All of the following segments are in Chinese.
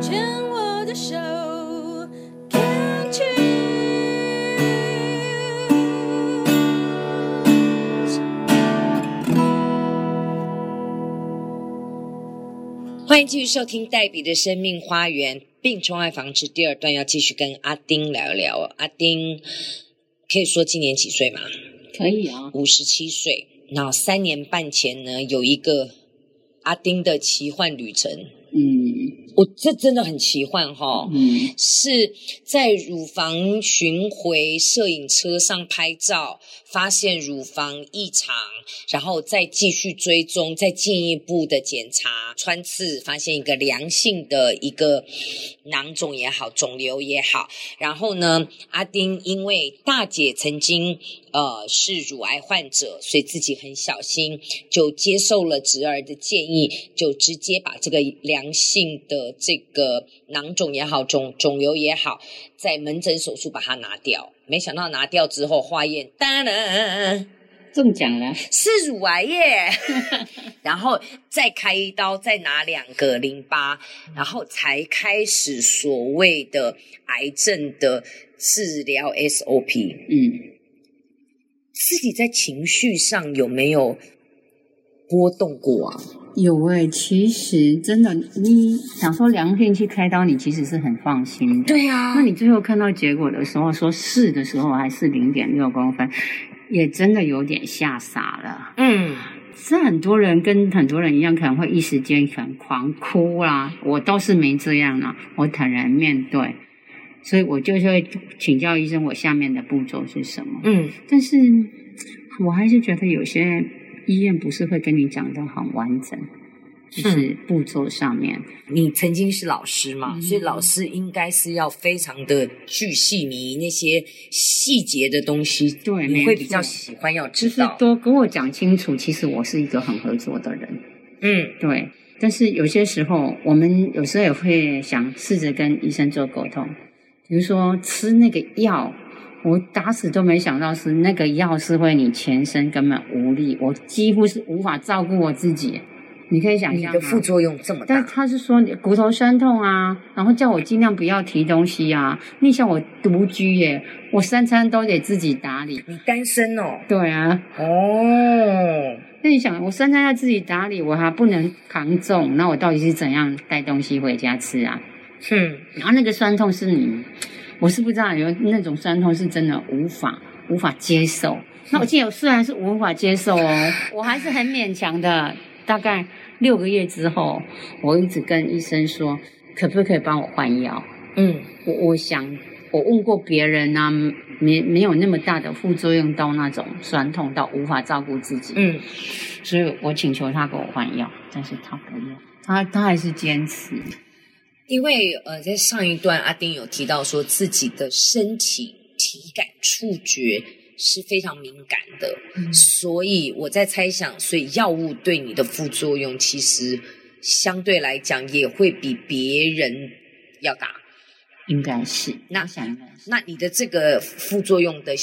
牵我的手看去。欢迎继续收听黛比的生命花园病虫害防治第二段，要继续跟阿丁聊一聊哦。阿丁可以说今年几岁吗？可以啊，五十七岁。那三年半前呢，有一个阿丁的奇幻旅程，嗯我这真的很奇幻哈、哦。嗯，是在乳房巡回摄影车上拍照，发现乳房异常，然后再继续追踪，再进一步的检查穿刺，发现一个良性的一个囊肿也好，肿瘤也好。然后呢，阿丁因为大姐曾经呃是乳癌患者，所以自己很小心，就接受了侄儿的建议，就直接把这个良性的这个囊肿也好，肿肿瘤也好，在门诊手术把它拿掉。没想到拿掉之后化验，当然中奖了，是乳癌耶， 然后再开一刀，再拿两个淋巴，然后才开始所谓的癌症的治疗 SOP。嗯，自己在情绪上有没有波动过啊？有哎、其实真的，你想说良性去开刀，你其实是很放心的。对啊那你最后看到结果的时候，说是的时候还是零点六公分，也真的有点吓傻了。嗯，是很多人跟很多人一样，可能会一时间很狂哭啦、我倒是没这样啦、啊我坦然面对，所以我就是会请教医生，我下面的步骤是什么。嗯但是我还是觉得有些医院不是会跟你讲的很完整，就是步骤上面。，你曾经是老师嘛，嗯所以老师应该是要非常的巨细靡那些细节的东西，对你没会比较错喜欢要就知是道。多跟我讲清楚，其实我是一个很合作的人，嗯对。但是有些时候，我们有时候也会想试着跟医生做沟通，比如说吃那个药，我打死都没想到是那个药是会你全身根本无力，我几乎是无法照顾我自己。你可以想你象的吗副作用这么但大，他是说你骨头酸痛啊，然后叫我尽量不要提东西啊。你想我独居耶，我三餐都得自己打理。你单身哦，对啊，哦，那你想我三餐要自己打理，我还不能扛重，那我到底是怎样带东西回家吃啊？嗯然后那个酸痛是你，我是不知道有那种酸痛是真的无法无法接受。那我记得我虽然是无法接受哦， 我还是很勉强的。大概六个月之后，我一直跟医生说，可不可以帮我换药？嗯我我想，我问过别人啊，没没有那么大的副作用到那种酸痛到无法照顾自己，嗯，所以我请求他给我换药，但是他不要，他他还是坚持。因为呃，在上一段阿丁有提到说自己的身体体感触觉是非常敏感的，所以我在猜想，所以药物对你的副作用其实相对来讲也会比别人要大。应该是，那我想应该是那你的这个副作用的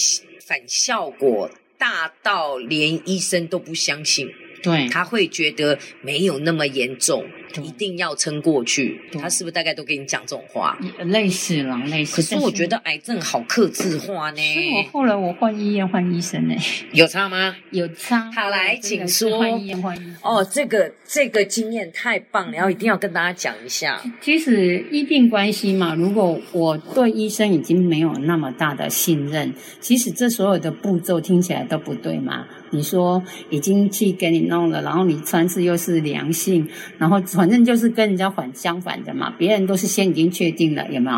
反效果大到连医生都不相信，对，他会觉得没有那么严重，对一定要撑过去。对他是不是大概都跟你讲这种话？类似了，类似。可是我觉得得，癌症好克制化呢所，以我后来我换医院换医生呢、有差吗？有差。好来真的请是说换医院换医生。哦，这个这个经验太棒了，然后一定要跟大家讲一下。其实医病关系嘛，如果我对医生已经没有那么大的信任，其实这所有的步骤听起来都不对嘛。你说已经去给你弄了，然后你穿刺又是良性，然后反正就是跟人家反相反的嘛。别人都是先已经确定了，有没有？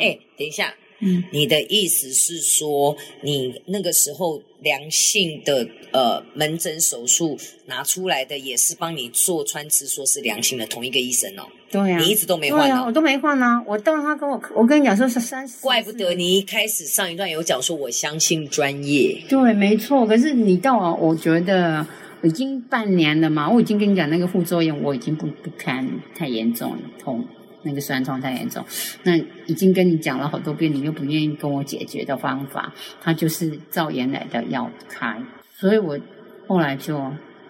哎、等一下，嗯，你的意思是说，你那个时候良性的呃门诊手术拿出来的也是帮你做穿刺，说是良性的同一个医生哦，对呀、你一直都没对换呀、我哦。都没换啊，我到他跟我，我跟你讲说是三十，怪不得你一开始上一段有讲说我相信专业，对，啊没错。可是你到啊，我觉得已经半年了嘛，我已经跟你讲那个副作用，我已经不不堪太严重了，痛那个酸痛太严重。那已经跟你讲了好多遍，你又不愿意跟我解决的方法，他就是照原来的药开。所以我后来就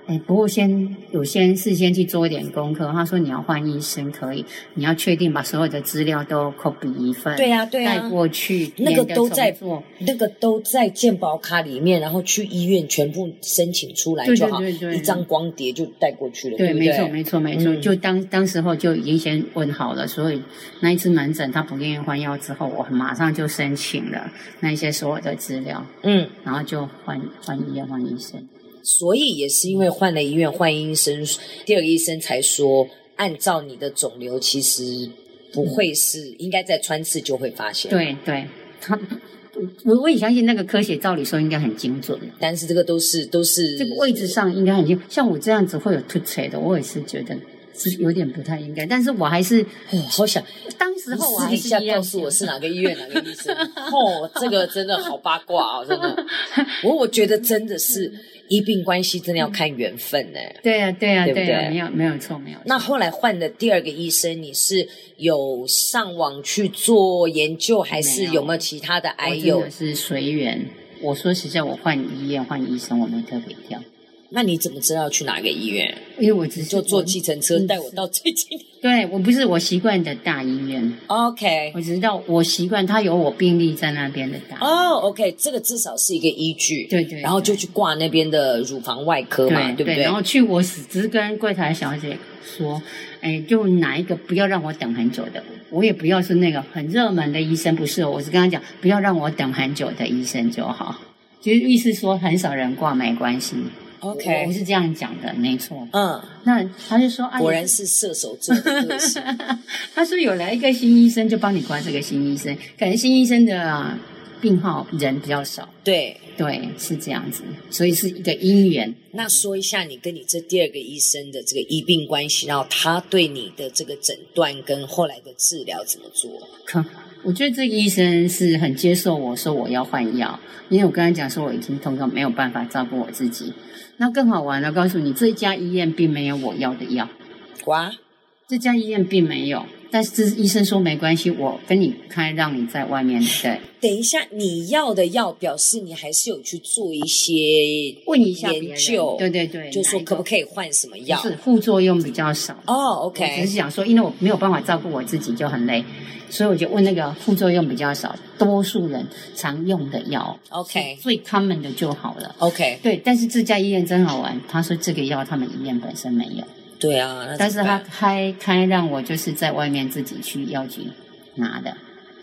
哎，不过先有先事先去做一点功课。他说你要换医生可以，你要确定把所有的资料都 copy 一份，对呀、对呀、带过去，那个免得都在重做。那个都在健保卡里面，然后去医院全部申请出来对就好，对对对一张光碟就带过去了，对，不没对？错，没错，没错。嗯就当当时候就已经先问好了，所以那一次门诊他不愿意换药之后，我马上就申请了那一些所有的资料，嗯，然后就换换医院换医生。所以也是因为换了医院换医生，第二个医生才说，按照你的肿瘤其实不会是，应该在穿刺就会发现，，对对，他我我也相信那个科学照理说应该很精准，但是这个都是都是这个位置上应该很精。像我这样子会有凸槌的，我也是觉得是有点不太应该，但是我还是哦，好想当时候我私还底是下告一样诉我是想哪个医院哪个医 生。哦，这个真的好八卦哦，真的。我我觉得真的是医病关系，真的要看缘分呢、对呀、对呀、啊对不对呀、对没有没有错没有错。那后来换的第二个医生，你是有上网去做研究，还是有没有其他的癌我真友的？是随缘。我说实在，我换医院换医生，我没特别挑，那你怎么知道要去哪个医院？因为我只你是就坐我计程车带我到最近。对我不是我习惯的大医院， OK，我知道我习惯他有我病历在那边的大。哦、o k 这个至少是一个依据。对对然后就去挂那边的乳房外科对嘛，不对对？然后去我只是跟柜台小姐说，哎，就哪一个不要让我等很久的，我也不要是那个很热门的医生，不是，哦我是跟他讲不要让我等很久的医生就好，就是意思说很少人挂没关系。我 OK，我是这样讲的，没错。嗯。那他就说，啊，果你然是射手座的个性。 他说有来一个新医生，就帮你挂这个新医生，可能新医生的病号人比较少，对，对，是这样子，所以是一个因缘。那说一下你跟你这第二个医生的这个医病关系，然后他对你的这个诊断跟后来的治疗怎么做？可我觉得这个医生是很接受我说我要换药，因为我跟他讲说我已经通常没有办法照顾我自己。那更好玩了，告诉你这家医院并没有我要的药，哇，这家医院并没有。但是医生说没关系，我跟你开，让你在外面 对等一下，你要的药表示你还是有去做一些问一下别人研究，对对对，就说可不以可以换什么药？是副作用比较少。哦我只，OK，是想说，因为我没有办法照顾我自己，就很累，所以我就问那个副作用比较少，多数人常用的药 OK 是最 common 的就好了。 OK，对，但是这家医院真好玩，他说这个药他们医院本身没有，对啊，那但怎是么他办开开让我就是在外面自己去药局拿的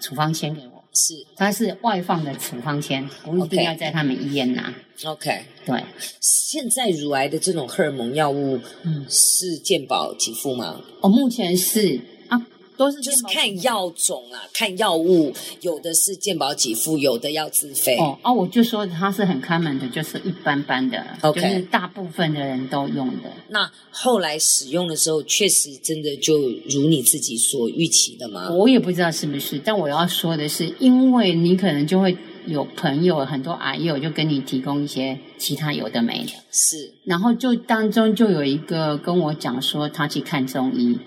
处方签给我，是他是外放的处方签，不一定 OK 要在他们医院拿。 OK。对，现在乳癌的这种荷尔蒙药物嗯，是健保给付吗？我、哦目前是啊，都是就是健保看药种啊，看药物，有的是健保给付，有的要自费。哦啊，我就说它是很开门的，就是一般般的 OK 就是大部分的人都用的。那后来使用的时候，确实真的就如你自己所预期的吗？我也不知道是不是，但我要说的是，因为你可能就会有朋友很多癌友就跟你提供一些其他有的没的，是然后就当中就有一个跟我讲说他去看中医。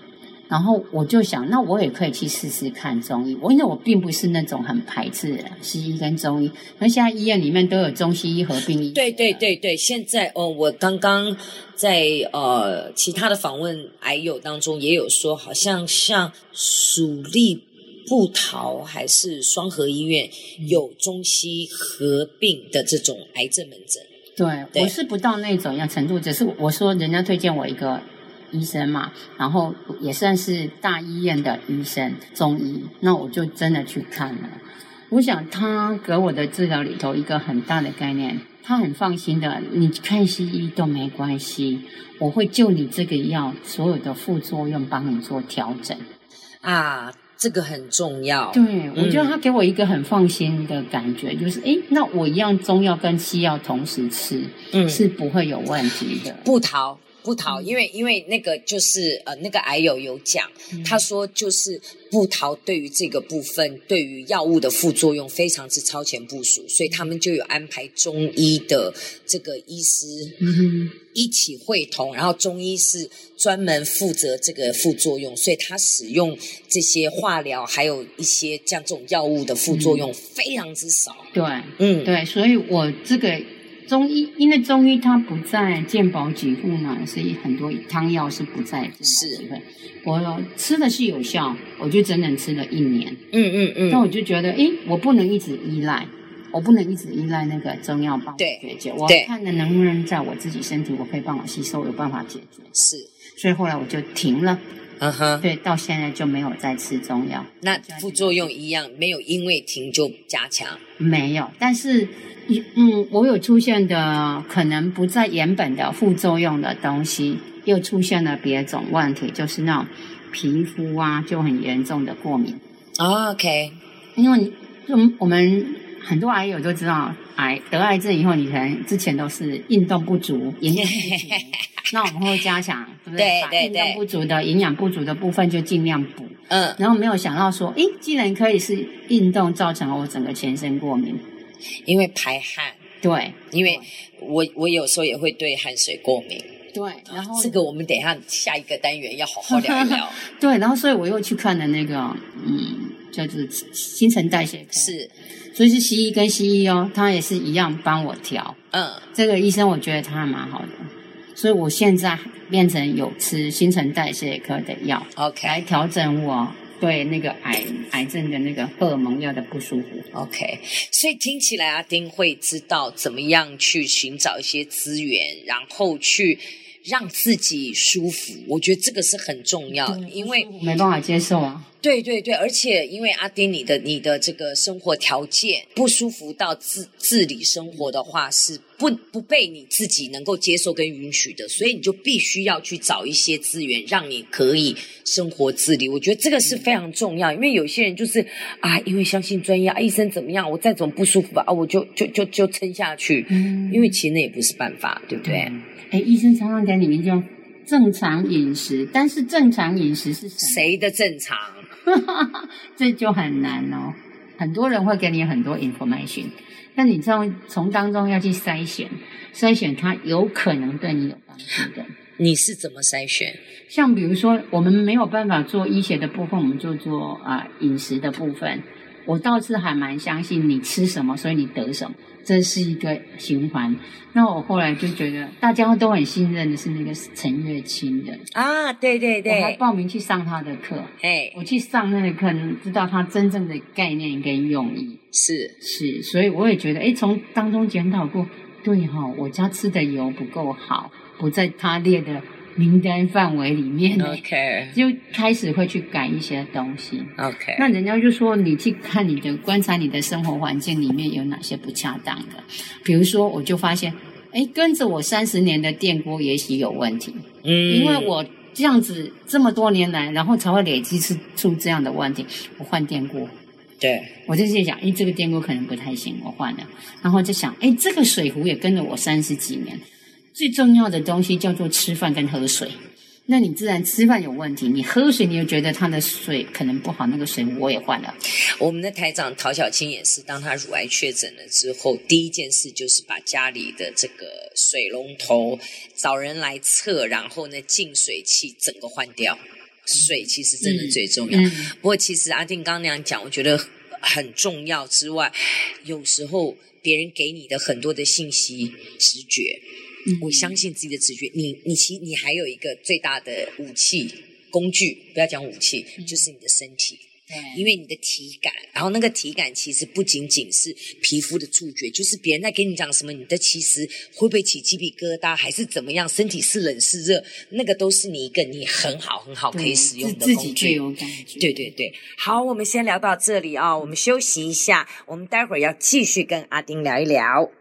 然后我就想，那我也可以去试试看中医。我因为我并不是那种很排斥西医跟中医，那现在医院里面都有中西医合并医学对对了对对，现在哦，我刚刚在呃其他的访问癌友当中也有说，好像像蜀立布桃还是双河医院嗯有中西合并的这种癌症门诊。对，对我是不到那种样程度，只是我说人家推荐我一个医生嘛，然后也算是大医院的医生，中医，那我就真的去看了。我想他给我的治疗里头一个很大的概念，他很放心的，你看西医都没关系，我会就你这个药所有的副作用帮你做调整。啊，这个很重要。对，我嗯觉得他给我一个很放心的感觉，就是诶，那我一样中药跟西药同时吃，嗯是不会有问题的。不逃不逃，因为因为那个就是呃，那个癌友有讲，他说就是不逃对于这个部分，对于药物的副作用非常之超前部署，所以他们就有安排中医的这个医师嗯哼，一起会同，然后中医是专门负责这个副作用，所以他使用这些化疗还有一些像这种药物的副作用非常之少。对嗯，对，所以我这个中医因为中医它不在健保给付嘛，所以很多汤药是不在健保给付。我吃的是有效，我就整整吃了一年。嗯嗯但嗯，我就觉得，诶，我不能一直依赖，我不能一直依赖那个中药帮我对解决。我对看能能不能在我自己身体，我可以帮我吸收，有办法解决。是，所以后来我就停了，嗯哼，对，到现在就没有再吃中药，那副作用一样，没有因为停就加强。没有。但是，嗯，我有出现的可能不在原本的副作用的东西，又出现了别种问题，就是那种皮肤啊就很严重的过敏。哦 OK，因为你我们我们很多癌友都知道，癌得癌症以后，你可能之前都是运动不足、营养不足，那我们会加强，对不对把对运动对不足的、营养不足的部分就尽量补。嗯，然后没有想到说，诶，既然可以是运动造成我整个全身过敏，因为排汗，对因为我我有时候也会对汗水过敏。对，然后这个我们等一下下一个单元要好好聊一聊。对，然后所以我又去看了那个，嗯，就是新陈代谢科，，是，所以是西医跟西医哦，他也是一样帮我调。嗯，这个医生我觉得他还蛮好的，所以我现在变成有吃新陈代谢科的药 OK 来调整我对那个癌癌症的那个荷尔蒙药的不舒服。 OK，所以听起来阿丁会知道怎么样去寻找一些资源，然后去让自己舒服。我觉得这个是很重要，因为我没办法接受啊，对对对，而且因为阿丁你的你的这个生活条件不舒服到自自理生活的话，是不不被你自己能够接受跟允许的，所以你就必须要去找一些资源，让你可以生活自理。我觉得这个是非常重要，因为有些人就是啊，因为相信专业啊，医生怎么样，我再怎么不舒服吧，啊，我就就就就撑下去，嗯因为其实那也不是办法，对不对？哎，医生常常给你们就正常饮食，但是正常饮食是什么？谁的正常？这就很难哦。很多人会给你很多 information，但你知道从当中要去筛选，筛选它有可能对你有帮助的。你是怎么筛选？像比如说，我们没有办法做医学的部分，我们就做啊、呃饮食的部分。我倒是还蛮相信你吃什么，所以你得什么，这是一个循环。那我后来就觉得，大家都很信任的是那个陈月清的，啊，对对我还对，报名去上他的课。哎，我去上那个课，知道他真正的概念跟用意是。是，所以我也觉得，哎，从当中检讨过，对哈、我家吃的油不够好，不在他列的名单范围里面呢。 OK 就开始会去改一些东西。 OK，那人家就说，你去看你的观察你的生活环境里面有哪些不恰当的，比如说，我就发现，哎，跟着我三十年的电锅也许有问题，嗯因为我这样子这么多年来，然后才会累积出出这样的问题。我换电锅，对我就心里想，哎，这个电锅可能不太行，我换了。然后就想，哎，这个水壶也跟了我三十几年。最重要的东西叫做吃饭跟喝水。那你自然吃饭有问题，你喝水你又觉得它的水可能不好，那个水壶我也换了。我们的台长陶小青也是，当他乳癌确诊了之后，第一件事就是把家里的这个水龙头找人来测，然后呢净水器整个换掉。水其实真的最重要。嗯，不过其实阿定刚那样讲，我觉得很重要之外，有时候别人给你的很多的信息直觉，嗯我相信自己的直觉。你你其你还有一个最大的武器工具，不要讲武器，嗯就是你的身体。因对，为你的体感，然后那个体感其实不仅仅是皮肤的触觉，就是别人在跟你讲什么，你的其实会不会起鸡皮疙瘩，还是怎么样，身体是冷是热，那个都是你一个你很好很好可以使用的自自己工最具。有感觉。对对对，好，我们先聊到这里啊、我们休息一下，我们待会儿要继续跟阿丁聊一聊。